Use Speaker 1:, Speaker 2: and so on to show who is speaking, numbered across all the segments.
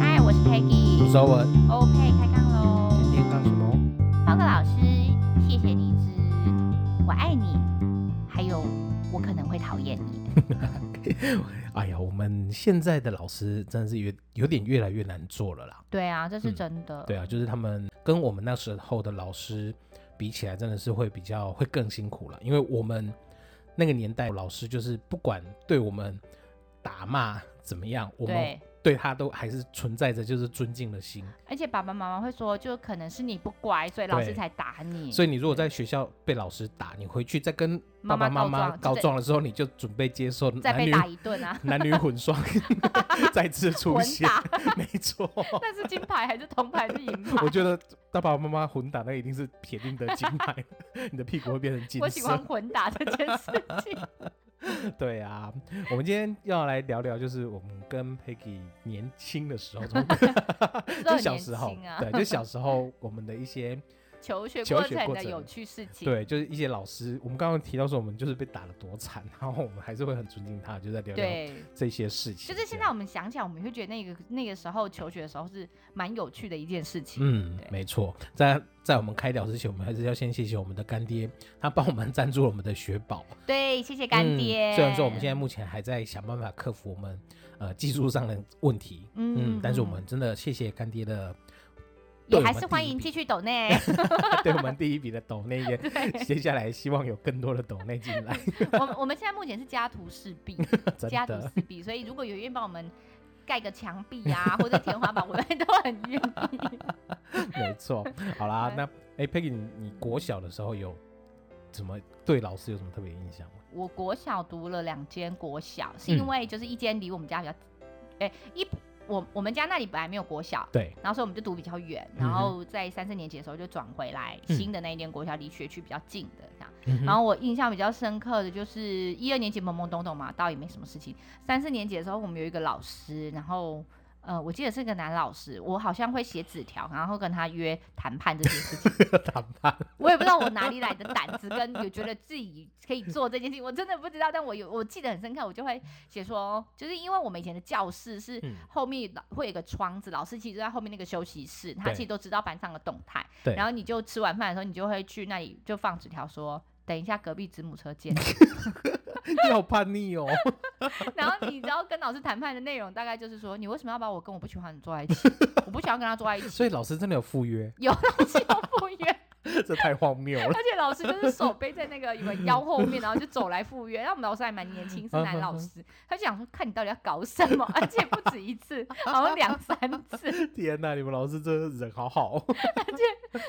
Speaker 1: 嗨，我是 Peggy，
Speaker 2: 稍文，
Speaker 1: 欧佩开杠喽。
Speaker 2: 今天干什么？
Speaker 1: 报告老师，谢谢你之我爱你，还有我可能会讨厌你。
Speaker 2: 哎呀，我们现在的老师真的是有有点越来越难做了啦。
Speaker 1: 对啊，这是
Speaker 2: 嗯
Speaker 1: 真的。
Speaker 2: 对啊，就是他们跟我们那时候的老师比起来，真的是会比较会更辛苦了，因为我们那个年代老师就是不管对我们打骂怎么样，我们
Speaker 1: 对
Speaker 2: 对他都还是存在着就是尊敬的心。
Speaker 1: 而且爸爸妈妈会说，就可能是你不乖，所以老师
Speaker 2: 对
Speaker 1: 才打你。
Speaker 2: 所
Speaker 1: 以
Speaker 2: 以你如果在学校被老师打，你回去再跟爸爸
Speaker 1: 妈
Speaker 2: 妈
Speaker 1: 妈
Speaker 2: 妈
Speaker 1: 告状
Speaker 2: 告
Speaker 1: 就是
Speaker 2: 状的时候，你就准备接受
Speaker 1: 再
Speaker 2: 男
Speaker 1: 被
Speaker 2: 女，
Speaker 1: 打一顿啊
Speaker 2: 男女混双再次出
Speaker 1: 混
Speaker 2: 现，
Speaker 1: 打。
Speaker 2: 没错。
Speaker 1: 那是金牌还是铜牌还是 银牌
Speaker 2: 我？觉得爸爸妈妈混打那一定是铁定的金牌， 你的屁股会变成金
Speaker 1: 我喜欢
Speaker 2: 色。
Speaker 1: 混打这件事情。
Speaker 2: 对啊，我们今天要来聊聊，就是我们跟 Peggy 年轻 的时候，从 就小时候
Speaker 1: 很年轻啊，
Speaker 2: 对，就小时候我们的一些
Speaker 1: 求学
Speaker 2: 求
Speaker 1: 过
Speaker 2: 学
Speaker 1: 程
Speaker 2: 过
Speaker 1: 的
Speaker 2: 程
Speaker 1: 有趣事情。
Speaker 2: 对，就是一些老师，我们刚刚提到说我们就是被打的多惨，然后我们还是会很尊敬他，就在聊聊
Speaker 1: 对，
Speaker 2: 这些事情。
Speaker 1: 就是现在
Speaker 2: 这样，
Speaker 1: 我们想起来，我们会觉得那个那个时候求学的时候是蛮有趣的一件事情。
Speaker 2: 嗯
Speaker 1: 对，
Speaker 2: 没错，在在我们开聊之前，我们还是要先谢谢我们的干爹，他帮我们赞助了我们的雪宝。
Speaker 1: 对，谢谢干爹。
Speaker 2: 嗯。虽然说我们现在目前还在想办法克服我们呃技术上的问题，嗯，但是我们真的谢谢干爹的，
Speaker 1: 也
Speaker 2: 对我
Speaker 1: 还
Speaker 2: 们
Speaker 1: 是
Speaker 2: 第
Speaker 1: 欢
Speaker 2: 一
Speaker 1: 迎
Speaker 2: 笔
Speaker 1: 继续抖 内。
Speaker 2: 对我们第一笔的抖内也，接下来希望有更多的抖内进 来，
Speaker 1: 我们我们现在目前是家徒四壁，
Speaker 2: 真
Speaker 1: 家徒
Speaker 2: 的。
Speaker 1: 四壁，所以如果有愿意帮我们盖个墙壁啊，或者天花板，我们 都很愿意。
Speaker 2: 没错，好啦，那哎、p e g g y 你你国小的时候有怎么对老师有什么特别印象吗？
Speaker 1: 我国小读了两间国小，是因
Speaker 2: 嗯
Speaker 1: 为就是一间离我们家比较，哎、一我我们家那里本来没有国小，
Speaker 2: 对，
Speaker 1: 然后所以我们就读比较远，
Speaker 2: 嗯哼
Speaker 1: 然后在三四年级的时候就转回来
Speaker 2: 嗯
Speaker 1: 新的那一间国小，离学区比较近的这样。
Speaker 2: 嗯哼
Speaker 1: 然后我印象比较深刻的就是一二年级懵懵懂懂嘛，倒也没什么事情。三四年级的时候，我们有一个老师，然后。呃，我记得是个男老师，我好像会写纸条，然后跟他约谈判这件事情。
Speaker 2: 打扮
Speaker 1: 我也不知道我哪里来的胆子，跟有觉得自己可以做这件事情，我真的不知道。但我有，我记得很深刻，我就会写说，就是因为我们以前的教室是
Speaker 2: 嗯
Speaker 1: 后面老会有一个窗子，老师其实就在后面那个休息室，他
Speaker 2: 对
Speaker 1: 其实都知道班上的动态。
Speaker 2: 对
Speaker 1: 然后你就吃完饭的时候，你就会去那里就放纸条说。等一下，隔壁子母车 见。
Speaker 2: 你好叛逆哦，
Speaker 1: 然后你知道跟老师谈判的内容大概就是说，你为什么要把我跟我不喜欢的人坐在一起？ 我不想要跟他坐在一起。
Speaker 2: 所以老师真的有赴约，
Speaker 1: 有老师有不约，
Speaker 2: 这太荒谬了。
Speaker 1: 而且老师就是手背在那个有没有腰后面，然后就走来赴约。然后我们老师还蛮年轻，是男老师，他就想说看你到底要搞什 么，而且不止一次，好像两三次。
Speaker 2: 天哪，你们老师真的人好好，哦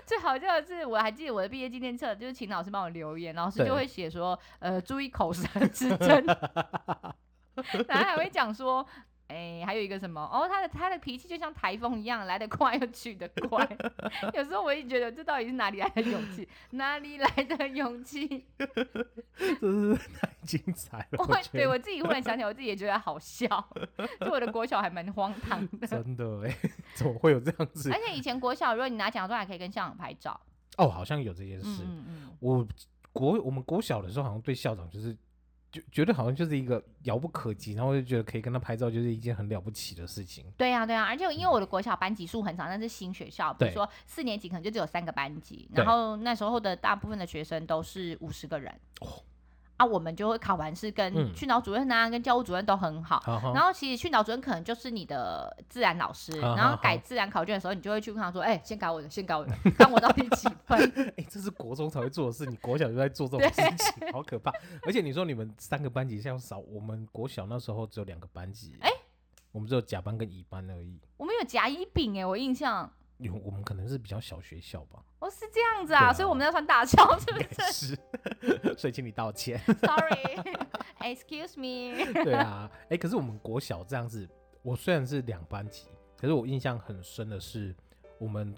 Speaker 1: 最好笑的是，我还记得我的毕业纪念册，就是请老师帮我留言，老师
Speaker 2: 对
Speaker 1: 就会写说，呃，注意口舌之争， 然后还会讲说。哎、还有一个什么哦，他的他的脾气就像台风一样，来得快又去得快。 有时候我也觉得，这到底是哪里来的勇气？哪里来的勇气？
Speaker 2: 真是太精彩了。
Speaker 1: 我
Speaker 2: 我
Speaker 1: 会
Speaker 2: 觉
Speaker 1: 对
Speaker 2: 得
Speaker 1: 我自己忽然想起来，我自己也觉得好笑，就我的国小还蛮荒唐的。
Speaker 2: 真的哎， 怎么会有这样子
Speaker 1: 而？且以前国小，如果你拿奖状，还可以跟校长拍照。
Speaker 2: 哦，好像有这件
Speaker 1: 嗯
Speaker 2: 事。
Speaker 1: 嗯嗯，
Speaker 2: 我国我们国小的时候，好像对校长就是就觉得好像就是一个遥不可及，然后就觉得可以跟他拍照就是一件很了不起的事情。
Speaker 1: 对啊呀、对呀、而且因为我的国小班级数很少，那是新学校，比如
Speaker 2: 嗯对
Speaker 1: 说四年级可能就只有三个班级，
Speaker 2: 对
Speaker 1: 然后那时候的大部分的学生都是五十个人。
Speaker 2: 哦
Speaker 1: 啊，我们就会考完试跟
Speaker 2: 嗯
Speaker 1: 训导主任啊，跟教务主任都很好。
Speaker 2: 哈哈
Speaker 1: 然后其实训导主任可能就是你的自然老师，
Speaker 2: 啊
Speaker 1: 然后
Speaker 2: 好
Speaker 1: 改
Speaker 2: 好
Speaker 1: 自然考卷的时候，你就会去跟他说：“哎、先改我的，先改我的，看我到底几分。”
Speaker 2: 哎、这是国中才会做的事，你国小就在做这种事情，好可怕！而且你说你们三个班级像少，我们国小那时候只有两个班级，
Speaker 1: 哎
Speaker 2: 我们只有甲班跟乙班而已。
Speaker 1: 我们有甲乙丙哎，我印象
Speaker 2: 因为我们可能是比较小学校 吧，
Speaker 1: 哦是这样子啊，
Speaker 2: 对啊
Speaker 1: 所以我们在穿大校是不
Speaker 2: 应
Speaker 1: 是
Speaker 2: 该是，所以请你 道歉。
Speaker 1: ？Sorry，excuse me。
Speaker 2: 对啊，哎、可是我们国小这样子，我虽然是两班级，可是我印象很深的是，我们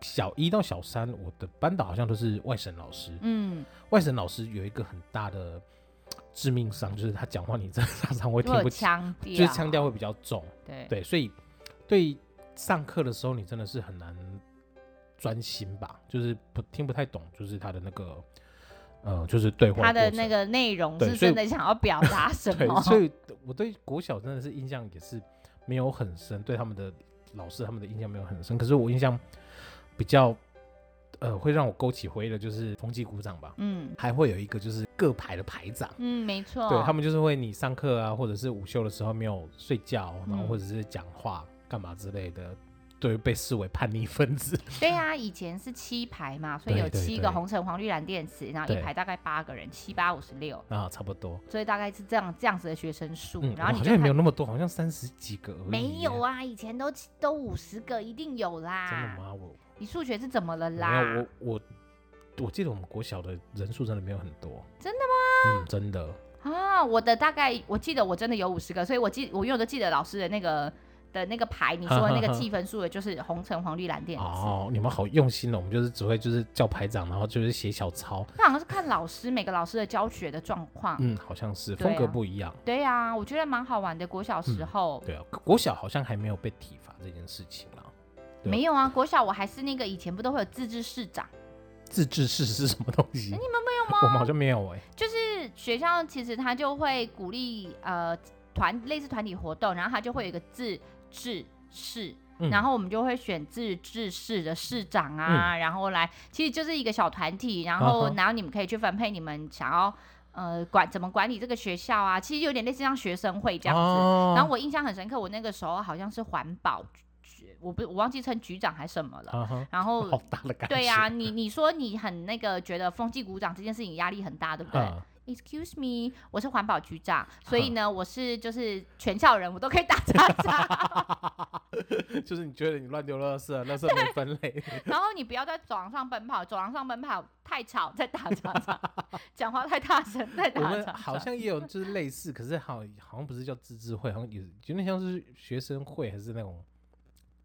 Speaker 2: 小一到小三，我的班导好像都是外省老师。
Speaker 1: 嗯，
Speaker 2: 外省老师有一个很大的致命伤，就是他讲话你真的常常会
Speaker 1: 如
Speaker 2: 听
Speaker 1: 果有
Speaker 2: 不清，
Speaker 1: 腔调，
Speaker 2: 就是腔调会比较重。
Speaker 1: 对
Speaker 2: 对，所以对上课的时候，你真的是很难专心吧，就是不听不太懂，就是他的那个呃，就是对话
Speaker 1: 他的
Speaker 2: 过程
Speaker 1: 那个内容
Speaker 2: 对
Speaker 1: 是
Speaker 2: 所以
Speaker 1: 真的想要表达什
Speaker 2: 对，
Speaker 1: 么？
Speaker 2: 所以我对国小真的是印象也是没有很深，对他们的老师他们的印象没有很深。可是我印象比较呃会让我勾起回忆的就是风纪股长吧，
Speaker 1: 嗯
Speaker 2: 还会有一个就是各排的排长。
Speaker 1: 嗯，没错，
Speaker 2: 对他们就是会你上课啊，或者是午休的时候没有睡觉，然后
Speaker 1: 嗯
Speaker 2: 或者是讲话干嘛之类的，对被视为叛逆分子。
Speaker 1: 对啊，以前是七排嘛，所以
Speaker 2: 对
Speaker 1: 有
Speaker 2: 对
Speaker 1: 七
Speaker 2: 对
Speaker 1: 个红橙黄绿蓝靛紫，然后一
Speaker 2: 对
Speaker 1: 排大概八个人，七八五十六，
Speaker 2: 啊，差不多。
Speaker 1: 所以大概是这样这样子的学生数。
Speaker 2: 嗯，
Speaker 1: 然后
Speaker 2: 好
Speaker 1: 你
Speaker 2: 像
Speaker 1: 就
Speaker 2: 也没
Speaker 1: 看
Speaker 2: 有那么多，好像三十几个而已。
Speaker 1: 没有。啊，以前都七都五十个，一定有
Speaker 2: 真的
Speaker 1: 啦。
Speaker 2: 吗？我
Speaker 1: 你数学是怎么了
Speaker 2: 没有
Speaker 1: 啦？
Speaker 2: 我我我记得我们国小的人数真的没有很多。
Speaker 1: 真
Speaker 2: 的吗？嗯，真的。
Speaker 1: 啊，我的大概我记得我真的有五十个，所以我记我永远都记得老师的那个的那个牌，你说的那 个计分数的就是红橙黄绿蓝靛紫。
Speaker 2: 哦，你们好用心哦，我们就是只会就是叫排长，然后就是写小抄。
Speaker 1: 那好像是看老师每个老师的教学的状况。
Speaker 2: 嗯，好像是
Speaker 1: 对啊
Speaker 2: 风格不一样。
Speaker 1: 对啊，我觉得蛮好玩的。国小时候、
Speaker 2: 对啊，国小好像还没有被体罚这件事情啦。对
Speaker 1: 没有啊，国小我还是那个以前不都会有自治市长，
Speaker 2: 自治市是什么东西？
Speaker 1: 哎
Speaker 2: 你们没有吗？我们好像没有哎、
Speaker 1: 就是学校其实他就会鼓励呃团类似团体活动，然后他就会有一个自治市。
Speaker 2: 嗯
Speaker 1: 然后我们就会选自治市的市长啊，然后来，其实就是一个小团体，然后
Speaker 2: 嗯啊哈
Speaker 1: 然后你们可以去分配你们想要呃管怎么管理这个学校啊，其实有点类似像学生会这样子。
Speaker 2: 哦、
Speaker 1: 然后我印象很深刻，我那个时候好像是环保局，我不我忘记称局长还是什么了。
Speaker 2: 啊哈，
Speaker 1: 然后
Speaker 2: 好大的感觉。
Speaker 1: 哦对呀、你你说你很那个觉得风纪股长这件事情压力很大，对不对、
Speaker 2: 嗯
Speaker 1: e x c u s e me，我是环保局长，所以呢，我是就是全校人，我都可以打叉 叉。
Speaker 2: 就是你觉得你乱丢垃圾，啊垃圾没分 类，
Speaker 1: 然后你不要在走廊上奔跑，走廊上奔跑太吵，再打叉 叉；讲话太大声，再
Speaker 2: 我
Speaker 1: 打叉
Speaker 2: 们
Speaker 1: 叉。
Speaker 2: 好像也有就是类似，可是好好像不是叫自治会，好像也是有点像是学生会，还是那种，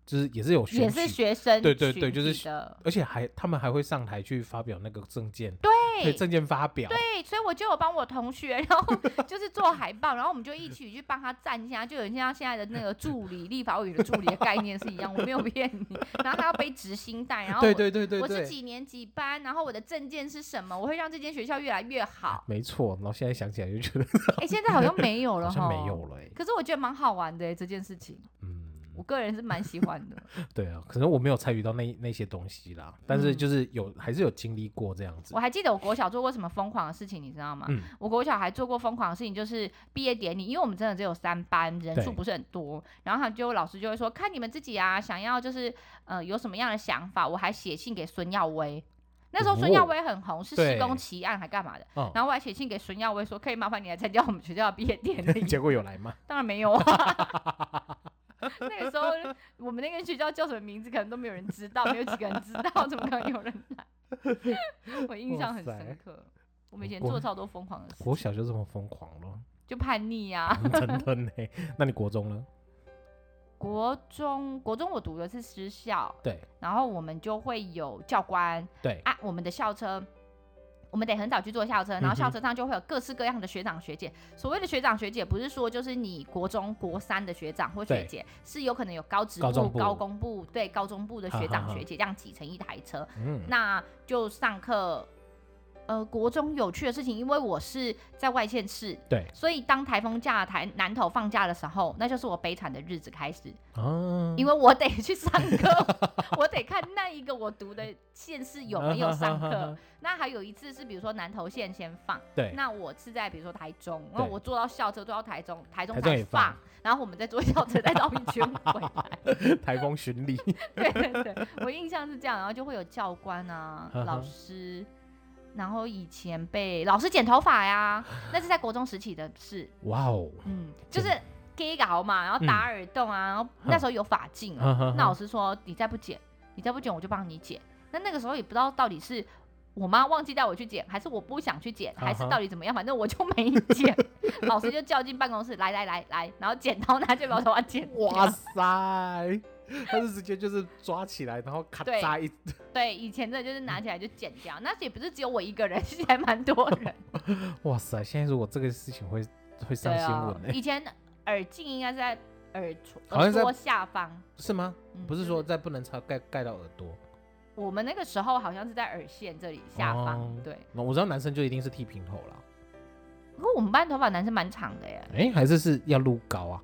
Speaker 2: 就是也是有选
Speaker 1: 也是
Speaker 2: 举，
Speaker 1: 学生
Speaker 2: 对对
Speaker 1: 群
Speaker 2: 对就是
Speaker 1: 体的。
Speaker 2: 而且还他们还会上台去发表那个证件，对
Speaker 1: 对
Speaker 2: 证件发表，
Speaker 1: 对，所以我就有帮我同学，然后就是做海报，然后我们就一起去帮他站一下，就有点像现在的那个助理，立法委员的助理的概念是一样，我没有骗你。然后他要背执行带，然后
Speaker 2: 对
Speaker 1: 我
Speaker 2: 对对对
Speaker 1: 我是
Speaker 2: 对，。
Speaker 1: 几年几班，然后我的证件是什么，我会让这间学校越来越好
Speaker 2: 没错。然后现在想起来就觉得
Speaker 1: 哎、现在好像没有
Speaker 2: 好
Speaker 1: 了，
Speaker 2: 像没有。了、欸，
Speaker 1: 可是我觉得蛮好玩的、欸、这件事情，
Speaker 2: 嗯，
Speaker 1: 我个人是蛮喜欢的。
Speaker 2: 对啊，可能我没有参与到那那些东西啦，但是
Speaker 1: 嗯
Speaker 2: 就是有还是有经历过这样子
Speaker 1: 我，还记得我国小做过什么疯狂的事情，你知道吗？
Speaker 2: 嗯
Speaker 1: 我国小还做过疯狂的事情，就是毕业典礼，因为我们真的只有三班，人数
Speaker 2: 对
Speaker 1: 不是很多，然后他就老师就会说，看你们自己啊，想要就是呃有什么样的想法，我还写信给孙耀威。那时候孙
Speaker 2: 哦
Speaker 1: 耀威很红，是
Speaker 2: 对
Speaker 1: 施工奇案还干嘛的？
Speaker 2: 嗯
Speaker 1: 然后我还写信给孙耀威说，可以麻烦你来参加我们学校的毕业典 礼。
Speaker 2: 结果有来吗？
Speaker 1: 当然没有啊。那个时候，我们那个学校叫什么名字，可能都没有人知道，没有几个人知道，怎么可能有人来？我印象很
Speaker 2: 哇塞
Speaker 1: 深刻。我们以前
Speaker 2: 我
Speaker 1: 做超多疯狂的事
Speaker 2: 国
Speaker 1: 情，
Speaker 2: 小就这么疯狂 了，
Speaker 1: 就叛逆啊。
Speaker 2: 真的呢。那你国中呢？
Speaker 1: 国中，国中我读的是私校，
Speaker 2: 对
Speaker 1: 然后我们就会有教官
Speaker 2: 对，
Speaker 1: 啊，我们的校车。我们得很早去坐校车，然后校
Speaker 2: 嗯哼
Speaker 1: 车上就会有各式各样的学长学姐。所谓的学长学姐，不是说就是你国中国三的学长或学
Speaker 2: 对
Speaker 1: 姐，是有可能有高职
Speaker 2: 高中
Speaker 1: 部、
Speaker 2: 部
Speaker 1: 高工部，对高中部的
Speaker 2: 哈
Speaker 1: 学
Speaker 2: 哈
Speaker 1: 长
Speaker 2: 哈
Speaker 1: 学姐这样挤成一台车，
Speaker 2: 嗯，
Speaker 1: 那就上课。呃，国中有趣的事情，因为我是在外县市，
Speaker 2: 对
Speaker 1: 所以当台风假台南头放假的时候，那就是我悲惨的日子开始。
Speaker 2: 啊，
Speaker 1: 因为我得去上课， 我得看那一个我读的县市有没有上
Speaker 2: 嗯
Speaker 1: 课。？那还有一次是，比如说南投县先放，
Speaker 2: 对，
Speaker 1: 那我是在比如说台中，然后
Speaker 2: 对
Speaker 1: 我坐到校车坐到台中，台中
Speaker 2: 台中
Speaker 1: 才
Speaker 2: 也放
Speaker 1: 放，然后我们再坐校车再绕一圈回来。
Speaker 2: 台风巡礼，
Speaker 1: 对对对，我印象是这样，然后就会有教官啊、
Speaker 2: 哈哈
Speaker 1: 老师，然后以前被老师剪头发呀，那是在国中时期的事，
Speaker 2: 哇哦，
Speaker 1: 嗯，就是
Speaker 2: 剪
Speaker 1: gay 搞嘛，然后打耳洞啊，然后
Speaker 2: 嗯
Speaker 1: 那时候有发镜啊，那老师说你再不剪，你再不剪我就帮你剪。那那个时候也不知道到底是我妈忘记带我去剪，还是我不想去剪，还是
Speaker 2: 啊哈
Speaker 1: 到底怎么样，反正我就没 剪。老师就叫进办公室，来来来来，然后剪刀拿就把我头发剪掉。
Speaker 2: 哇塞，他是直接就是抓起来，然后咔
Speaker 1: 对
Speaker 2: 嚓一，
Speaker 1: 对，以前真的就是拿起来就剪掉，那也不是只有我一个人，现在蛮多 人。
Speaker 2: 哇塞，现在如果这个事情会会上
Speaker 1: 对
Speaker 2: 新
Speaker 1: 啊
Speaker 2: 闻，呢？
Speaker 1: 以前耳镜应该是在耳
Speaker 2: 好像
Speaker 1: 耳
Speaker 2: 在
Speaker 1: 朵下方，
Speaker 2: 是吗？
Speaker 1: 嗯
Speaker 2: 不是
Speaker 1: 就
Speaker 2: 说再不能插盖盖到耳朵，
Speaker 1: 我们那个时候好像是在耳线这里下方，
Speaker 2: 哦
Speaker 1: 对。
Speaker 2: 那我知道男生就一定是剃平头了，
Speaker 1: 不过我们班头发男生蛮长的耶，
Speaker 2: 哎、还是是要撸高啊？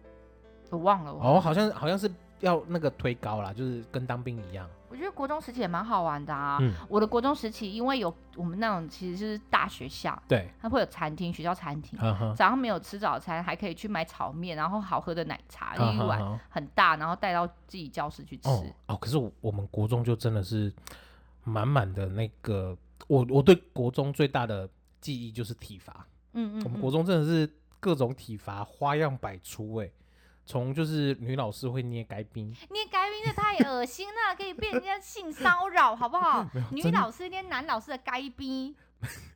Speaker 1: 我忘了。我忘了
Speaker 2: 哦，好像好像是要那个推高啦，就是跟当兵一样。
Speaker 1: 我觉得国中时期也蛮好玩的啊。
Speaker 2: 嗯
Speaker 1: 我的国中时期，因为有我们那种其实就是大学校，
Speaker 2: 对，
Speaker 1: 它会有餐厅，学校餐厅。
Speaker 2: 哈哈，
Speaker 1: 早上没有吃早餐，还可以去买炒面，然后好喝的奶茶，
Speaker 2: 哈
Speaker 1: 一
Speaker 2: 哈
Speaker 1: 碗
Speaker 2: 哈
Speaker 1: 很大，然后带到自己教室去吃。
Speaker 2: 啊嗯哦哦，可是我我们国中就真的是满满的那个，我我对国中最大的记忆就是体罚。
Speaker 1: 嗯嗯
Speaker 2: 我们
Speaker 1: 嗯
Speaker 2: 国中真的是各种体罚花样百出哎、从就是女老师会捏该冰，
Speaker 1: 你改名这太恶心了，可以被人家性骚扰，好不好？女
Speaker 2: 真的
Speaker 1: 老师跟男老师的该逼，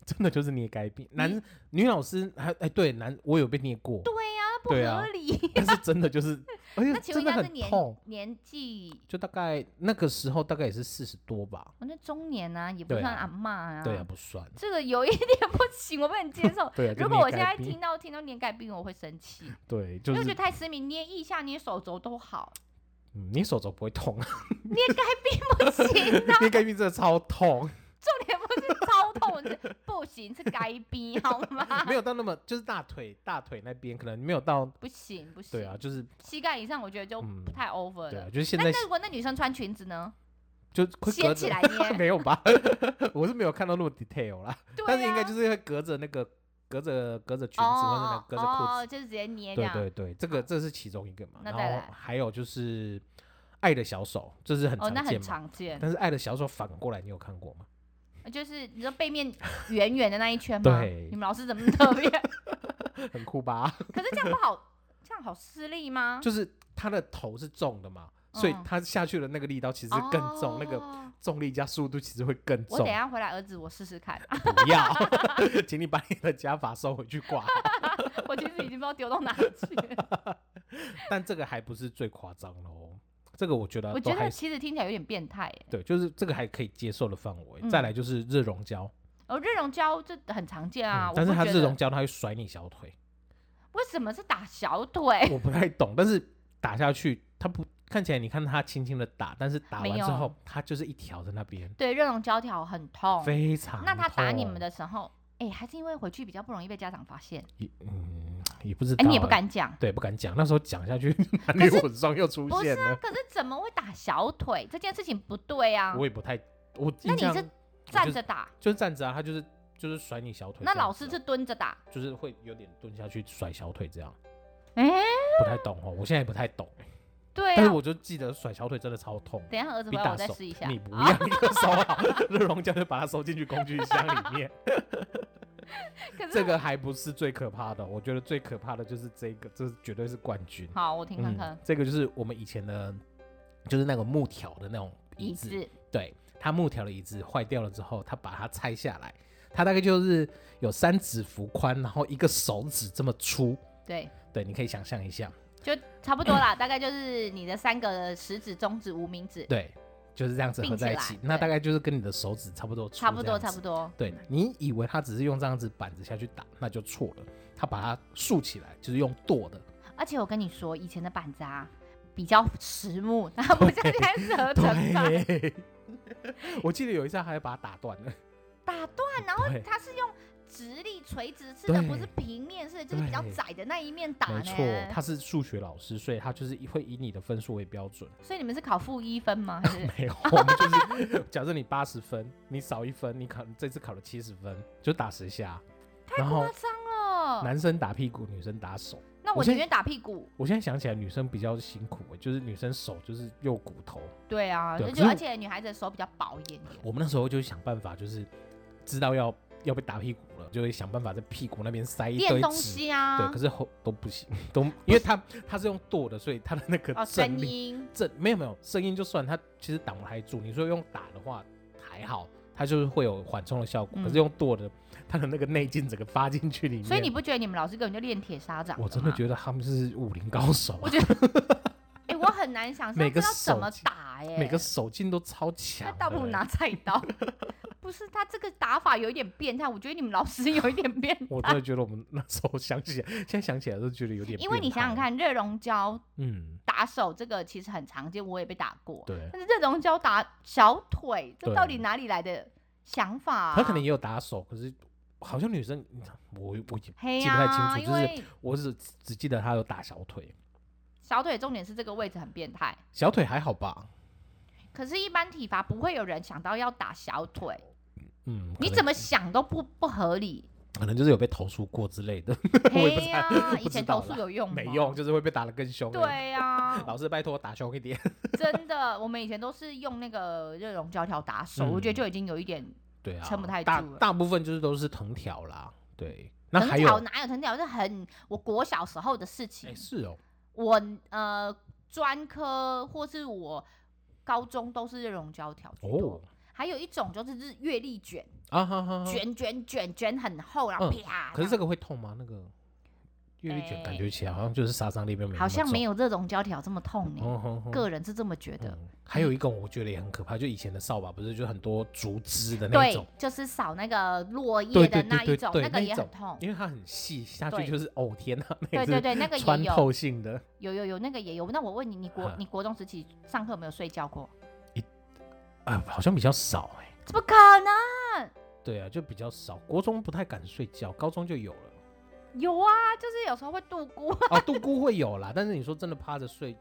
Speaker 2: 真的就是捏该冰。男女老师还哎、对男我有被捏过，
Speaker 1: 对呀、不
Speaker 2: 对啊
Speaker 1: 合理。
Speaker 2: 但是真的就是，而
Speaker 1: 那
Speaker 2: 且
Speaker 1: 请问一
Speaker 2: 嗯真的
Speaker 1: 下是
Speaker 2: 很
Speaker 1: 年
Speaker 2: 痛。
Speaker 1: 年纪？
Speaker 2: 就大概那个时候大概也是四十多吧，
Speaker 1: 我那中年啊，也不
Speaker 2: 对
Speaker 1: 算
Speaker 2: 啊
Speaker 1: 阿嬷啊。
Speaker 2: 对啊，不算。。
Speaker 1: 这个有一点不行，我不能接受
Speaker 2: 对啊，就
Speaker 1: 如果
Speaker 2: 捏
Speaker 1: 我现
Speaker 2: 该
Speaker 1: 在
Speaker 2: 冰
Speaker 1: 听，到听到念盖病，我会生气，
Speaker 2: 对， 就
Speaker 1: 因为我觉得
Speaker 2: 是
Speaker 1: 太私密，捏腋下、捏手肘都好，
Speaker 2: 嗯你手肘不会痛，
Speaker 1: 捏盖病不行 啊，
Speaker 2: 捏该冰真的超痛。
Speaker 1: 重点不是超痛，是不行，是该病好吗？
Speaker 2: 没有到那么，就是大腿大腿那边可能没有到，
Speaker 1: 不行不行，
Speaker 2: 对啊，就是
Speaker 1: 膝盖以上我觉得就
Speaker 2: 嗯
Speaker 1: 不太 over
Speaker 2: 对啊，
Speaker 1: 了。
Speaker 2: 就是现
Speaker 1: 呃那
Speaker 2: 在
Speaker 1: 那如果那女生穿裙子呢？
Speaker 2: 就会隔
Speaker 1: 掀起
Speaker 2: 着，
Speaker 1: 来捏，
Speaker 2: 没有吧？我是没有看到那么 detail 啦，
Speaker 1: 对啊，
Speaker 2: 但是应该就是会隔着那个隔着隔着裙子或者那
Speaker 1: 哦
Speaker 2: 个隔着裤
Speaker 1: 哦，
Speaker 2: 子，
Speaker 1: 就是直接捏这
Speaker 2: 对
Speaker 1: 样。
Speaker 2: 对对，这个这是其中一个嘛。
Speaker 1: 那
Speaker 2: 然
Speaker 1: 再
Speaker 2: 后
Speaker 1: 来
Speaker 2: 还有就是爱的小手，这是很
Speaker 1: 哦，那
Speaker 2: 常
Speaker 1: 很
Speaker 2: 见嘛。
Speaker 1: 常见，
Speaker 2: 但是爱的小手反过来，你有看过吗？
Speaker 1: 就是你说背面圆圆的那一圈吗？
Speaker 2: 对
Speaker 1: 你们老师怎么那么特别？
Speaker 2: 很酷吧？
Speaker 1: 可是这样不好，这样好失利吗？
Speaker 2: 就是他的头是重的嘛，所以
Speaker 1: 嗯
Speaker 2: 他下去的那个力道其实更重，那个
Speaker 1: 哦
Speaker 2: 重力加速度其实会更
Speaker 1: 我等
Speaker 2: 重
Speaker 1: 一。下回来，儿子，我试试看。
Speaker 2: 不要， 请你把你的假发收回去挂。
Speaker 1: 我其实已经不知道丢到哪里去
Speaker 2: 啊
Speaker 1: 了。
Speaker 2: 但这个还不是最夸张的哦，这个我觉得
Speaker 1: 我
Speaker 2: 都
Speaker 1: 觉
Speaker 2: 还
Speaker 1: 得
Speaker 2: 是
Speaker 1: 其实听起来有点变态耶。
Speaker 2: 对，就是这个还可以接受的范围。
Speaker 1: 嗯
Speaker 2: 再来就是热熔胶，
Speaker 1: 哦，热熔胶这很常见啊
Speaker 2: 嗯，但是它
Speaker 1: 他
Speaker 2: 热熔胶它会甩你 小腿，
Speaker 1: 为什么是打小腿？
Speaker 2: 我不太懂。但是打下去，它不看起来，你看它轻轻的打，但是打
Speaker 1: 没
Speaker 2: 完之
Speaker 1: 有
Speaker 2: 后，它就是一条在那边，
Speaker 1: 对，热熔胶条很痛。
Speaker 2: 非常
Speaker 1: 那他打你们
Speaker 2: 痛
Speaker 1: 的时候，哎、还是因为回去比较不容易被家长发现，
Speaker 2: 也嗯也不知道
Speaker 1: 哎、
Speaker 2: 欸，
Speaker 1: 你也不敢讲。
Speaker 2: 对不敢讲，那时候讲下 去男女混双又出
Speaker 1: 不是
Speaker 2: 现
Speaker 1: 啊，
Speaker 2: 了，
Speaker 1: 可是怎么会打小腿？这件事情不对啊
Speaker 2: 我。也不太我
Speaker 1: 那
Speaker 2: 印
Speaker 1: 你
Speaker 2: 象
Speaker 1: 是
Speaker 2: 我
Speaker 1: 站
Speaker 2: 就是
Speaker 1: 着打，
Speaker 2: 就是站着啊，他就是就是甩你小腿这
Speaker 1: 那
Speaker 2: 样子啊。
Speaker 1: 老师是蹲着打。
Speaker 2: 就是会有点蹲下去甩小腿这样，
Speaker 1: 哎、
Speaker 2: 不太懂哦，我现在也不太懂欸、
Speaker 1: 对
Speaker 2: 但是
Speaker 1: 啊。
Speaker 2: 我就记得甩小腿真的超痛，
Speaker 1: 等一下儿子
Speaker 2: 比
Speaker 1: 回来，
Speaker 2: 打
Speaker 1: 我再
Speaker 2: 手
Speaker 1: 试一下。
Speaker 2: 你不
Speaker 1: 啊
Speaker 2: 要一个手好， 热熔胶就把它收进去工具箱 里面。
Speaker 1: 可是
Speaker 2: 这个还不是最可怕的，我觉得最可怕的就是这个，这绝对是冠军。嗯
Speaker 1: 好，我听看看。
Speaker 2: 这个就是我们以前的，就是那个木条的那种椅
Speaker 1: 椅
Speaker 2: 子，
Speaker 1: 子，
Speaker 2: 对，它木条的椅子坏掉了之后，他把它拆下来，它大概就是有三指幅宽，然后一个手指这么粗，
Speaker 1: 对，
Speaker 2: 对，你可以想象一下，
Speaker 1: 就差不多啦，大概就是你的三个食指、中指、无名指，
Speaker 2: 对，就是这样子
Speaker 1: 并
Speaker 2: 合在一
Speaker 1: 起
Speaker 2: 起，
Speaker 1: 来
Speaker 2: 那
Speaker 1: 对
Speaker 2: 大概就是跟你的手指差不多粗这
Speaker 1: 差
Speaker 2: 样
Speaker 1: 不
Speaker 2: 子，
Speaker 1: 多，嗯差不多。
Speaker 2: 对，你以为他只是用这样子板子下去打，那就错了，他把它竖起来，就是用 剁的，
Speaker 1: 而且我跟你说，以前的板子啊，比较实木，它不像现在合成板，
Speaker 2: 对。我记得有一次还把它打断了，
Speaker 1: 打断，然后
Speaker 2: 对
Speaker 1: 它是用直立垂直式的，
Speaker 2: 对
Speaker 1: 不是平面式的，就是比较
Speaker 2: 对
Speaker 1: 窄的那一面打
Speaker 2: 没
Speaker 1: 呢。
Speaker 2: 错，他是数学老师，所以他就是会以你的分数为标准。
Speaker 1: 所以你们是考负一分吗？还是
Speaker 2: 没有，我们就是假设你八十分，你少一分，你考这次考了七十分，就打十下，然后
Speaker 1: 夸张了？
Speaker 2: 男生打屁股，女生打手。
Speaker 1: 哦那我
Speaker 2: 我现
Speaker 1: 宁愿打屁股。
Speaker 2: 我现在想起来，女生比较辛苦、欸就是女生手就是右骨头。
Speaker 1: 对啊，
Speaker 2: 对
Speaker 1: 而
Speaker 2: 可
Speaker 1: 且
Speaker 2: 是
Speaker 1: 而且女孩子的手比较薄一点点。
Speaker 2: 我们那时候就想办法，就是知道要要被打屁股了，就会想办法在屁股那边塞一
Speaker 1: 垫
Speaker 2: 堆
Speaker 1: 东
Speaker 2: 纸。
Speaker 1: 西
Speaker 2: 对，
Speaker 1: 啊
Speaker 2: 可，是后都不行，都因为他他是用剁的，所以他的那个
Speaker 1: 哦，
Speaker 2: 震
Speaker 1: 声
Speaker 2: 力
Speaker 1: 音，
Speaker 2: 震没有没有声音就算，他其实挡不太住。你说用打的话还好，它就是会有缓冲的效果，
Speaker 1: 嗯
Speaker 2: 可是用剁的，它的那个内劲整个发进去里面。
Speaker 1: 所以你不觉得你们老师根本就练铁砂掌吗？
Speaker 2: 我真的觉得他们是武林高手啊、
Speaker 1: 我觉哎、我很难想象
Speaker 2: 每
Speaker 1: 这
Speaker 2: 个
Speaker 1: 要怎
Speaker 2: 手
Speaker 1: 么
Speaker 2: 机
Speaker 1: 打哎、
Speaker 2: 每个手劲都超
Speaker 1: 那
Speaker 2: 强的欸。
Speaker 1: 倒不如拿菜刀。 不是，他这个打法有一点变态，我觉得你们老师有一点 变
Speaker 2: 我
Speaker 1: 态
Speaker 2: 真。的觉得我们那时候想起来，现在想起来都觉得有点。
Speaker 1: 因为你想想，看，热熔胶
Speaker 2: 嗯，
Speaker 1: 打手这个其实很常见，我也被打过。
Speaker 2: 对，
Speaker 1: 但是这种叫打小腿，这
Speaker 2: 对
Speaker 1: 到底哪里来的想法、啊？
Speaker 2: 他可能也有打手，可是好像女生我我也
Speaker 1: 黑
Speaker 2: 记不太清
Speaker 1: 啊，
Speaker 2: 楚
Speaker 1: 因
Speaker 2: 就是
Speaker 1: 为
Speaker 2: 我只只记得他有打小腿，
Speaker 1: 小腿重点是这个位置很变态。
Speaker 2: 小腿还好吧？
Speaker 1: 可是，一般体罚不会有人想到要打小腿，
Speaker 2: 嗯，可
Speaker 1: 你
Speaker 2: 能
Speaker 1: 怎么想都不不合理。
Speaker 2: 可能就是有被投诉过之类的， 我也
Speaker 1: 嘿
Speaker 2: 不知
Speaker 1: 呀、
Speaker 2: 道
Speaker 1: 以
Speaker 2: 不知
Speaker 1: 前
Speaker 2: 道
Speaker 1: 投诉
Speaker 2: 啦
Speaker 1: 有用吗？
Speaker 2: 没用，。就是会被打得更凶。，
Speaker 1: 对呀、
Speaker 2: 老师拜托打凶一点。
Speaker 1: 真的，我们以前都是用那个热熔胶条打手，我觉得
Speaker 2: 嗯
Speaker 1: 就已经有一点
Speaker 2: 对啊，
Speaker 1: 撑不太
Speaker 2: 大
Speaker 1: 住了
Speaker 2: 大部分就是都是藤条啦，对。那
Speaker 1: 藤
Speaker 2: 还
Speaker 1: 条
Speaker 2: 有
Speaker 1: 哪有藤条是很我国小时候的事情
Speaker 2: 哎，是哦，
Speaker 1: 我呃专科或是我高中都是热熔胶条居多。
Speaker 2: 哦
Speaker 1: 还有一种就是日月历卷，
Speaker 2: 啊哈哈哈。
Speaker 1: 卷啊卷卷卷很厚，然后
Speaker 2: 嗯
Speaker 1: 啪。
Speaker 2: 可是这
Speaker 1: 个
Speaker 2: 个会痛吗？那个月历卷
Speaker 1: 哎
Speaker 2: 感觉起来好像就是杀伤力并没有，
Speaker 1: 好像没
Speaker 2: 有。
Speaker 1: 有热熔胶条这么痛哎、
Speaker 2: 哦吼吼
Speaker 1: 个人是这么觉得。
Speaker 2: 嗯还有一个我觉得也很可怕，就以前的扫把不是就很多竹枝的那一
Speaker 1: 对
Speaker 2: 种，，
Speaker 1: 就是扫那个落叶
Speaker 2: 对
Speaker 1: 的
Speaker 2: 对
Speaker 1: 那一
Speaker 2: 对对
Speaker 1: 种，
Speaker 2: 对
Speaker 1: 个
Speaker 2: 那一
Speaker 1: 也很
Speaker 2: 种
Speaker 1: 痛。
Speaker 2: 因为它很细，下去
Speaker 1: 哦对
Speaker 2: 就是哦天哪，那
Speaker 1: 对
Speaker 2: 个
Speaker 1: 对
Speaker 2: 是
Speaker 1: 对，那个也
Speaker 2: 穿
Speaker 1: 有，
Speaker 2: 透性的，
Speaker 1: 有有有，那个也有。那我问你，你国
Speaker 2: 啊
Speaker 1: 你国中时期上课有没有睡觉过？
Speaker 2: 啊，好像比较少哎。
Speaker 1: 怎么可能？
Speaker 2: 对啊，就比较少，国中不太敢睡觉，高中就有了。
Speaker 1: 有啊，就是有时候会度孤，
Speaker 2: 哦，度孤会有啦，但是你说真的趴着睡，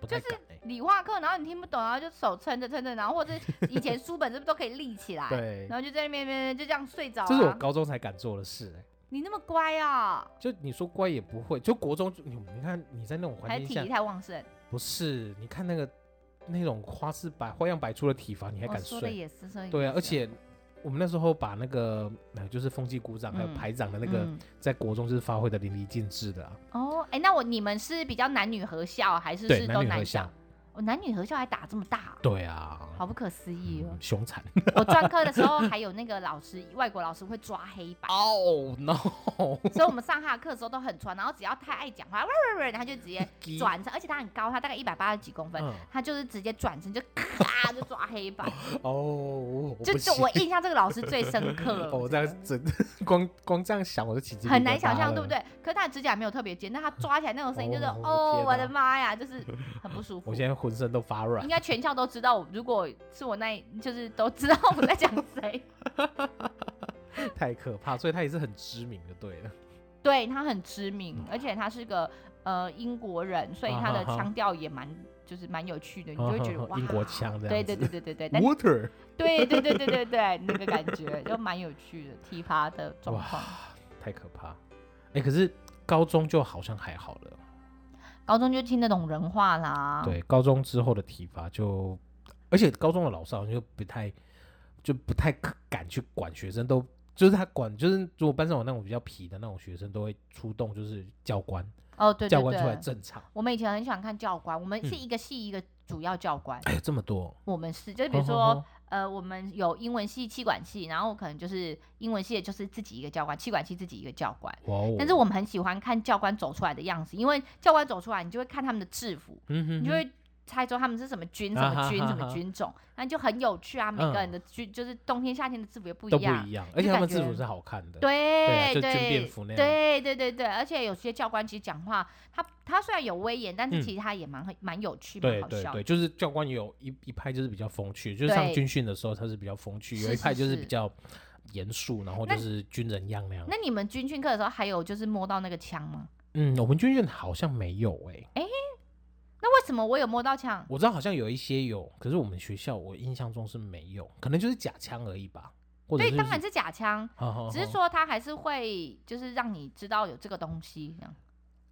Speaker 2: 不不太敢哎。
Speaker 1: 理化课，然后你听不懂，然后就手撑着撑着，然后或者是以前书本是不是都可以立起来？
Speaker 2: 对，
Speaker 1: 然后就在那边边就这样睡着、啊。
Speaker 2: 这是我高中才敢做的事哎。
Speaker 1: 你那么乖啊，
Speaker 2: 就你说乖也不会，就国中就你你看你在那种环
Speaker 1: 还是
Speaker 2: 境
Speaker 1: 体
Speaker 2: 下
Speaker 1: 力，太旺盛？
Speaker 2: 不是？你看那个那种花式百花样百出的体罚，你还
Speaker 1: 我
Speaker 2: 敢
Speaker 1: 哦说的
Speaker 2: 睡？
Speaker 1: 也是，说的
Speaker 2: 对
Speaker 1: 也
Speaker 2: 啊，
Speaker 1: 是
Speaker 2: 而且我们那时候把那个呃就是风纪股长还有
Speaker 1: 嗯
Speaker 2: 排长的那个，
Speaker 1: 嗯
Speaker 2: 在国中就是发挥的淋漓尽致的啊。
Speaker 1: 哦，哎、那我你们是比较男女合校，还是
Speaker 2: 对，
Speaker 1: 是都
Speaker 2: 男女
Speaker 1: 男
Speaker 2: 合
Speaker 1: 校
Speaker 2: 校？，
Speaker 1: 哦，男女合校还打这么大，
Speaker 2: 对啊，
Speaker 1: 好不可思议哦
Speaker 2: 嗯！凶 残。
Speaker 1: 我专科的时候还有那个老师，外国老师会抓黑板，
Speaker 2: 哦 no！
Speaker 1: 所以我们上他的课的时候都很穿，然后只要太爱讲话，他就直接转身，而且他很高，他大概一百八十几公分，
Speaker 2: 嗯
Speaker 1: 他就是直接转身就 咔就抓黑板，
Speaker 2: 哦，我
Speaker 1: 就就
Speaker 2: 不行
Speaker 1: 我印象这个老师最深刻了。
Speaker 2: 哦，我这样整光光这样想我就起鸡皮
Speaker 1: 很难
Speaker 2: 疙瘩
Speaker 1: 想象，对
Speaker 2: 了
Speaker 1: 不？对？可是他的指甲没有特别尖，但他抓起来那种声音就是，
Speaker 2: 哦
Speaker 1: 哦，我
Speaker 2: 我的天哪
Speaker 1: 的妈呀，就是很不舒服
Speaker 2: 我。现在浑身都发软
Speaker 1: 应。该全校都知道我，如果是我那一，就是都知道我在讲谁。
Speaker 2: 太可怕，所以他也是很知名就对了。
Speaker 1: 对他很知名，而且他是个呃英国人，所以他的
Speaker 2: 嗯啊哈哈
Speaker 1: 腔调也蛮就是蛮有趣的，你就会觉得
Speaker 2: 啊哈哈
Speaker 1: 哇，
Speaker 2: 英国腔这样
Speaker 1: 对对对
Speaker 2: 子
Speaker 1: 对对对，但
Speaker 2: Water，
Speaker 1: 对对对对对对，那个感觉就蛮有趣的，体罚的状况。
Speaker 2: 哇，太可怕。哎、可是高中就好像还好了，
Speaker 1: 高中就听得懂人话啦，
Speaker 2: 对，高中之后的体罚就，而且高中的老师好像就不太，就不太敢去管学生都。就是他管，就是如果班上有那种比较皮的那种学生，都会出动，就是教官，
Speaker 1: 哦对对
Speaker 2: 教官出来
Speaker 1: 对，
Speaker 2: 正常。
Speaker 1: 我们以前很喜欢看教官，我们是
Speaker 2: 嗯
Speaker 1: 一个系一个主要教官，
Speaker 2: 哎呦，这么多，
Speaker 1: 我们是就是比如
Speaker 2: 哼哼
Speaker 1: 说
Speaker 2: 哼
Speaker 1: 呃，我们有英文系、气管系，然后可能就是英文系的就是自己一个教官，气管系自己一个教官。
Speaker 2: 哇哦！
Speaker 1: 但是我们很喜欢看教官走出来的样子，因为教官走出来，你就会看他们的制服，
Speaker 2: 嗯哼哼，
Speaker 1: 你就会猜出他们是什么军、什
Speaker 2: 啊
Speaker 1: 么
Speaker 2: 哈
Speaker 1: 军、
Speaker 2: 哈
Speaker 1: 什么
Speaker 2: 哈
Speaker 1: 军种，那就很有趣啊。每个人
Speaker 2: 嗯
Speaker 1: 的军就是冬天、夏天的制服也不
Speaker 2: 都
Speaker 1: 一
Speaker 2: 不
Speaker 1: 样
Speaker 2: 一。样，
Speaker 1: 就
Speaker 2: 而且他
Speaker 1: 感
Speaker 2: 们制
Speaker 1: 觉
Speaker 2: 服是好看的。
Speaker 1: 对
Speaker 2: 啊就军便
Speaker 1: 对
Speaker 2: 服那样
Speaker 1: 对对对对，而且有些教官其实讲话，他他虽然有威严，但是
Speaker 2: 嗯
Speaker 1: 其实他也蛮蛮有趣、蛮
Speaker 2: 对
Speaker 1: 好
Speaker 2: 对
Speaker 1: 笑的
Speaker 2: 对，。就是教官有一一派就是比较风趣，就是上
Speaker 1: 对
Speaker 2: 军训的时候他是比较风趣，有
Speaker 1: 是
Speaker 2: 一
Speaker 1: 是
Speaker 2: 派就是
Speaker 1: 是
Speaker 2: 比较严肃，然后
Speaker 1: 那
Speaker 2: 就是军人样那样。
Speaker 1: 那你们军训课的时候还有就是摸到那个枪吗？
Speaker 2: 嗯，我们军训好像没有哎、
Speaker 1: 那为什么我有摸到枪？
Speaker 2: 我知道好像有一些有，可是我们学校我印象中是没有，可能就是假枪而已吧，或者
Speaker 1: 对，
Speaker 2: 是哦
Speaker 1: 当然是假枪，
Speaker 2: 好好
Speaker 1: 只是
Speaker 2: 好
Speaker 1: 说他还是会就是让你知道有这个东西，这样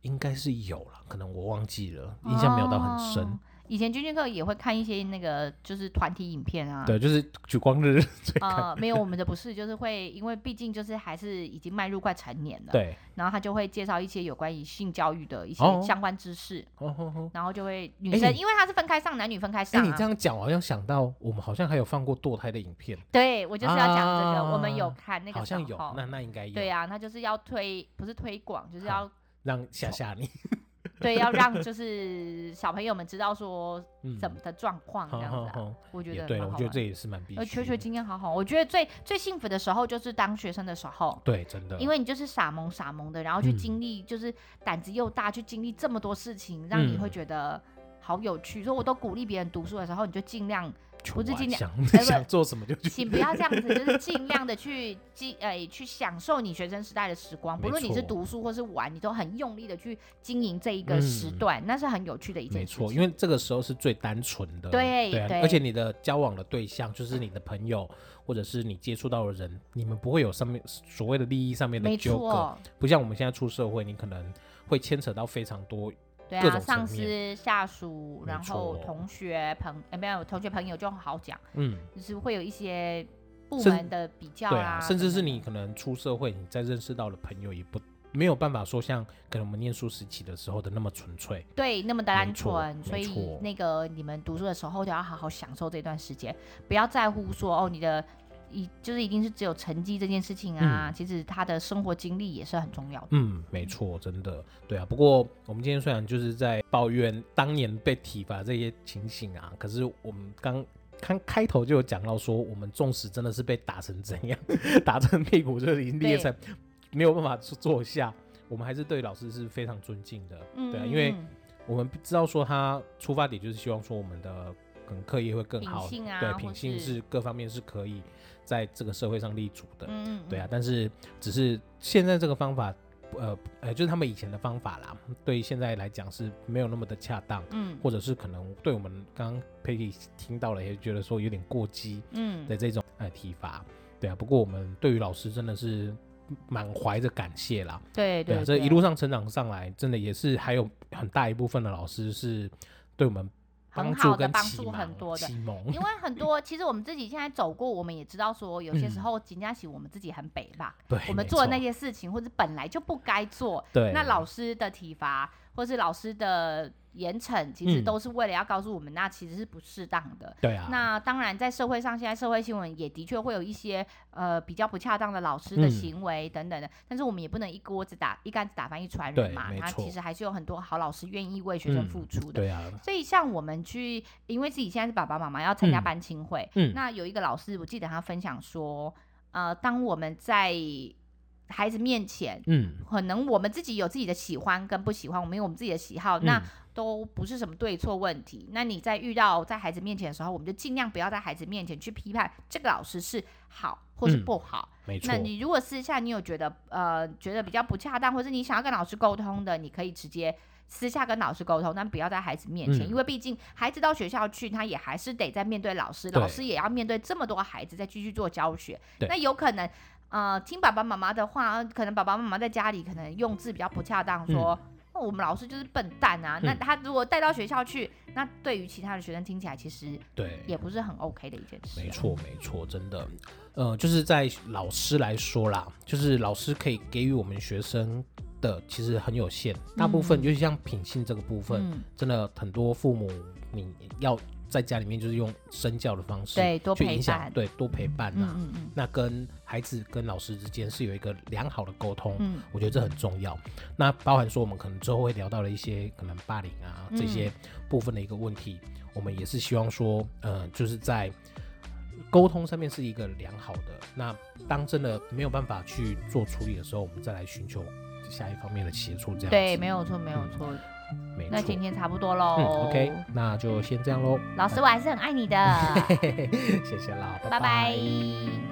Speaker 2: 应该是有啦，可能我忘记了，印象没有到很深。
Speaker 1: 哦以前军训课也会看一些那个就是团体影片啊，
Speaker 2: 对，就是举光日最看、
Speaker 1: 呃，没有我们的不是，就是会因为毕竟就是还是已经迈入快成年了，，
Speaker 2: 对，
Speaker 1: 然后他就会介绍一些有关于性教育的一些
Speaker 2: 哦
Speaker 1: 相关知识，
Speaker 2: 哦吼吼。
Speaker 1: 然后就会女
Speaker 2: 哎
Speaker 1: 生，
Speaker 2: 你
Speaker 1: 因为他是分开上，男女分开
Speaker 2: 哎、
Speaker 1: 上
Speaker 2: 你
Speaker 1: 啊
Speaker 2: 这，样讲，我好像想到我们好像还有放过堕胎的影片，
Speaker 1: 对我就是要讲这个，我们有
Speaker 2: 啊
Speaker 1: 看那个
Speaker 2: 好像
Speaker 1: 时
Speaker 2: 有
Speaker 1: 候，啊
Speaker 2: 那那应该有，
Speaker 1: 对啊，他就是要推不是推广，就是
Speaker 2: 好
Speaker 1: 要
Speaker 2: 让吓吓你。
Speaker 1: 对，要让就是小朋友们知道说
Speaker 2: 嗯
Speaker 1: 怎么的状况这
Speaker 2: 好
Speaker 1: 样
Speaker 2: 好
Speaker 1: 子啊，
Speaker 2: 好，
Speaker 1: 我觉
Speaker 2: 也
Speaker 1: 得
Speaker 2: 对
Speaker 1: 蛮
Speaker 2: 了，我
Speaker 1: 好
Speaker 2: 觉得
Speaker 1: 玩
Speaker 2: 这也是蛮必
Speaker 1: 呃，
Speaker 2: 须
Speaker 1: 求学
Speaker 2: 的。
Speaker 1: 经验好好，我觉得最最幸福的时候就是当学生的时候，
Speaker 2: 对，真的，
Speaker 1: 因
Speaker 2: 为
Speaker 1: 为你就是傻萌傻萌的，然后去
Speaker 2: 嗯
Speaker 1: 经历，就是胆子又大，去经历这么多事情，让你会
Speaker 2: 嗯
Speaker 1: 觉得好有趣。所以我都鼓励别人读书的时候，你就尽量，不是尽量
Speaker 2: 想
Speaker 1: 不
Speaker 2: 想做什么就 去，
Speaker 1: 请不要这样子，就是尽量的去经，哎、去享受你学生时代的时光。不
Speaker 2: 没
Speaker 1: 论你是
Speaker 2: 错
Speaker 1: 读书或是玩，你都很用力的去经营这一个时
Speaker 2: 嗯
Speaker 1: 段，那是很有趣的一件
Speaker 2: 没
Speaker 1: 事情。
Speaker 2: 错，因为这个时候是最单纯的，
Speaker 1: 对
Speaker 2: 啊
Speaker 1: 对
Speaker 2: 而且你的交往的对象就是你的朋友，或者是你接触到的人，你们不会有上面所谓的利益上面的
Speaker 1: 没
Speaker 2: 纠葛，
Speaker 1: 错，
Speaker 2: 不像我们现在出社会，你可能会牵扯到非常多，
Speaker 1: 对
Speaker 2: 各
Speaker 1: 啊，
Speaker 2: 种层
Speaker 1: 上司、下属，
Speaker 2: 没
Speaker 1: 然后
Speaker 2: 错
Speaker 1: 同学朋，哎、没有同学朋友就好讲，
Speaker 2: 嗯，
Speaker 1: 就是会有一些部
Speaker 2: 甚
Speaker 1: 门的比较
Speaker 2: 对啊，甚至
Speaker 1: 等
Speaker 2: 是
Speaker 1: 等的
Speaker 2: 你可能出社会，你再认识到的朋友也不没有办法说像可能我们念书时期的时候的那么纯粹，
Speaker 1: 对，那么的
Speaker 2: 没
Speaker 1: 单
Speaker 2: 错
Speaker 1: 纯，所
Speaker 2: 没
Speaker 1: 以
Speaker 2: 错
Speaker 1: 那个你们读书的时候就要好好享受这段时间，不要在乎说哦你的一就是一定是只有成绩这件事情啊，
Speaker 2: 嗯
Speaker 1: 其实他的生活经历也是很重要的。
Speaker 2: 嗯，没错，真的，对啊。不过我们今天虽然就是在抱怨当年被体罚这些情形啊，可是我们刚刚开头就有讲到说，我们纵使真的是被打成怎样， 打成屁股就是已经裂成，没有办法坐坐下，我们还是对老师是非常尊敬的，
Speaker 1: 嗯，
Speaker 2: 对啊，因为
Speaker 1: 嗯
Speaker 2: 我们知道说他出发点就是希望说我们的可能课业会更
Speaker 1: 品
Speaker 2: 好，
Speaker 1: 性啊
Speaker 2: 对，
Speaker 1: 或
Speaker 2: 品性
Speaker 1: 是
Speaker 2: 是各方面是可以在这个社会上立足的，
Speaker 1: 嗯，嗯
Speaker 2: 对啊，，但是只是现在这个方法，呃呃，就是他们以前的方法啦，对现在来讲是没有那么的恰当，
Speaker 1: 嗯
Speaker 2: 或者是可能对我们刚刚 Peggy 听到了也觉得说有点过激
Speaker 1: 嗯，
Speaker 2: 的这种呃体罚，对啊。不过我们对于老师真的是满怀着感谢啦，
Speaker 1: 对
Speaker 2: 对啊，这一路上成长上来，真的也是还有很大一部分的老师是对我们帮
Speaker 1: 很
Speaker 2: 助
Speaker 1: 好的
Speaker 2: 跟
Speaker 1: 帮
Speaker 2: 启
Speaker 1: 助
Speaker 2: 蒙
Speaker 1: 很多的
Speaker 2: 启。蒙，
Speaker 1: 因为很多，其实我们自己现在走过，我们也知道说，有些时
Speaker 2: 嗯
Speaker 1: 候紧加起我们自己很北吧，
Speaker 2: 对，
Speaker 1: 我们
Speaker 2: 没
Speaker 1: 做的那
Speaker 2: 错
Speaker 1: 些事情，或者本来就不该做，
Speaker 2: 对
Speaker 1: 那老师的体罚或是老师的严惩，其实
Speaker 2: 嗯
Speaker 1: 都是为了要告诉我们，那其实是不适当的。
Speaker 2: 对啊，
Speaker 1: 那当然，在社会上，现在社会新闻也的确会有一些呃比较不恰当的老师的
Speaker 2: 嗯
Speaker 1: 行为等等的，但是我们也不能一锅子打一竿子打翻一船人
Speaker 2: 对
Speaker 1: 嘛。
Speaker 2: 没
Speaker 1: 那其
Speaker 2: 错
Speaker 1: 实还是有很多好老师愿意为学生
Speaker 2: 嗯
Speaker 1: 付出的。
Speaker 2: 对啊，
Speaker 1: 所以像我们去，因为自己现在是爸爸妈妈要参加
Speaker 2: 嗯
Speaker 1: 班亲会，
Speaker 2: 嗯
Speaker 1: 那有一个老师，我记得他分享说，呃，当我们在孩子面前，
Speaker 2: 嗯。
Speaker 1: 可能我们自己有自己的喜欢跟不喜欢，我们有我们自己的喜好，那
Speaker 2: 嗯
Speaker 1: 都不是什么对错问题。那你在遇到在孩子面前的时候，我们就尽量不要在孩子面前去批判这个老师是好或是
Speaker 2: 嗯
Speaker 1: 不好。
Speaker 2: 没错
Speaker 1: 那，你如果私下你有觉得呃觉得比较不恰当，或是你想要跟老师沟通的，你可以直接私下跟老师沟通，但不要在孩子面前，
Speaker 2: 嗯
Speaker 1: 因为毕竟孩子到学校去，他也还是得在面对老师，
Speaker 2: 对
Speaker 1: 老师也要面对这么多孩子再继续做教学，
Speaker 2: 对
Speaker 1: 那有可能。呃，听爸爸妈妈的话，可能爸爸妈妈在家里可能用字比较不恰当，说、哦我们老师就是笨蛋啊。那
Speaker 2: 嗯
Speaker 1: 他如果带到学校去，那对于其他的学生听起来其实
Speaker 2: 对，
Speaker 1: 也不是很 OK 的一件事啊、
Speaker 2: 没错，没错，真的，呃，就是在老师来说啦，就是老师可以给予我们学生的其实很有限，大部分
Speaker 1: 嗯
Speaker 2: 就是像品性这个部分，
Speaker 1: 嗯，
Speaker 2: 真的很多父母你要在家里面就是用身教的方式，
Speaker 1: 对多
Speaker 2: 去
Speaker 1: 陪
Speaker 2: 影响
Speaker 1: 伴，
Speaker 2: 对，多陪伴
Speaker 1: 嗯
Speaker 2: 啊，
Speaker 1: 嗯嗯
Speaker 2: 那跟孩子跟老师之间是有一个良好的沟通，
Speaker 1: 嗯，
Speaker 2: 我觉得这很重要。那包含说我们可能之后会聊到的一些可能霸凌啊
Speaker 1: 嗯
Speaker 2: 这些部分的一个问题，我们也是希望说，呃，就是在沟通上面是一个良好的。那当真的没有办法去做处理的时候，我们再来寻求下一方面的协助，这样
Speaker 1: 对，
Speaker 2: 子嗯
Speaker 1: 没有错，没有错。
Speaker 2: 没
Speaker 1: 那
Speaker 2: 错
Speaker 1: 今。天差不多喽、
Speaker 2: 嗯，OK，那就先这样喽，
Speaker 1: 老师，我还是很爱你的，
Speaker 2: 嘿嘿嘿谢谢啦，
Speaker 1: 拜
Speaker 2: 拜
Speaker 1: 拜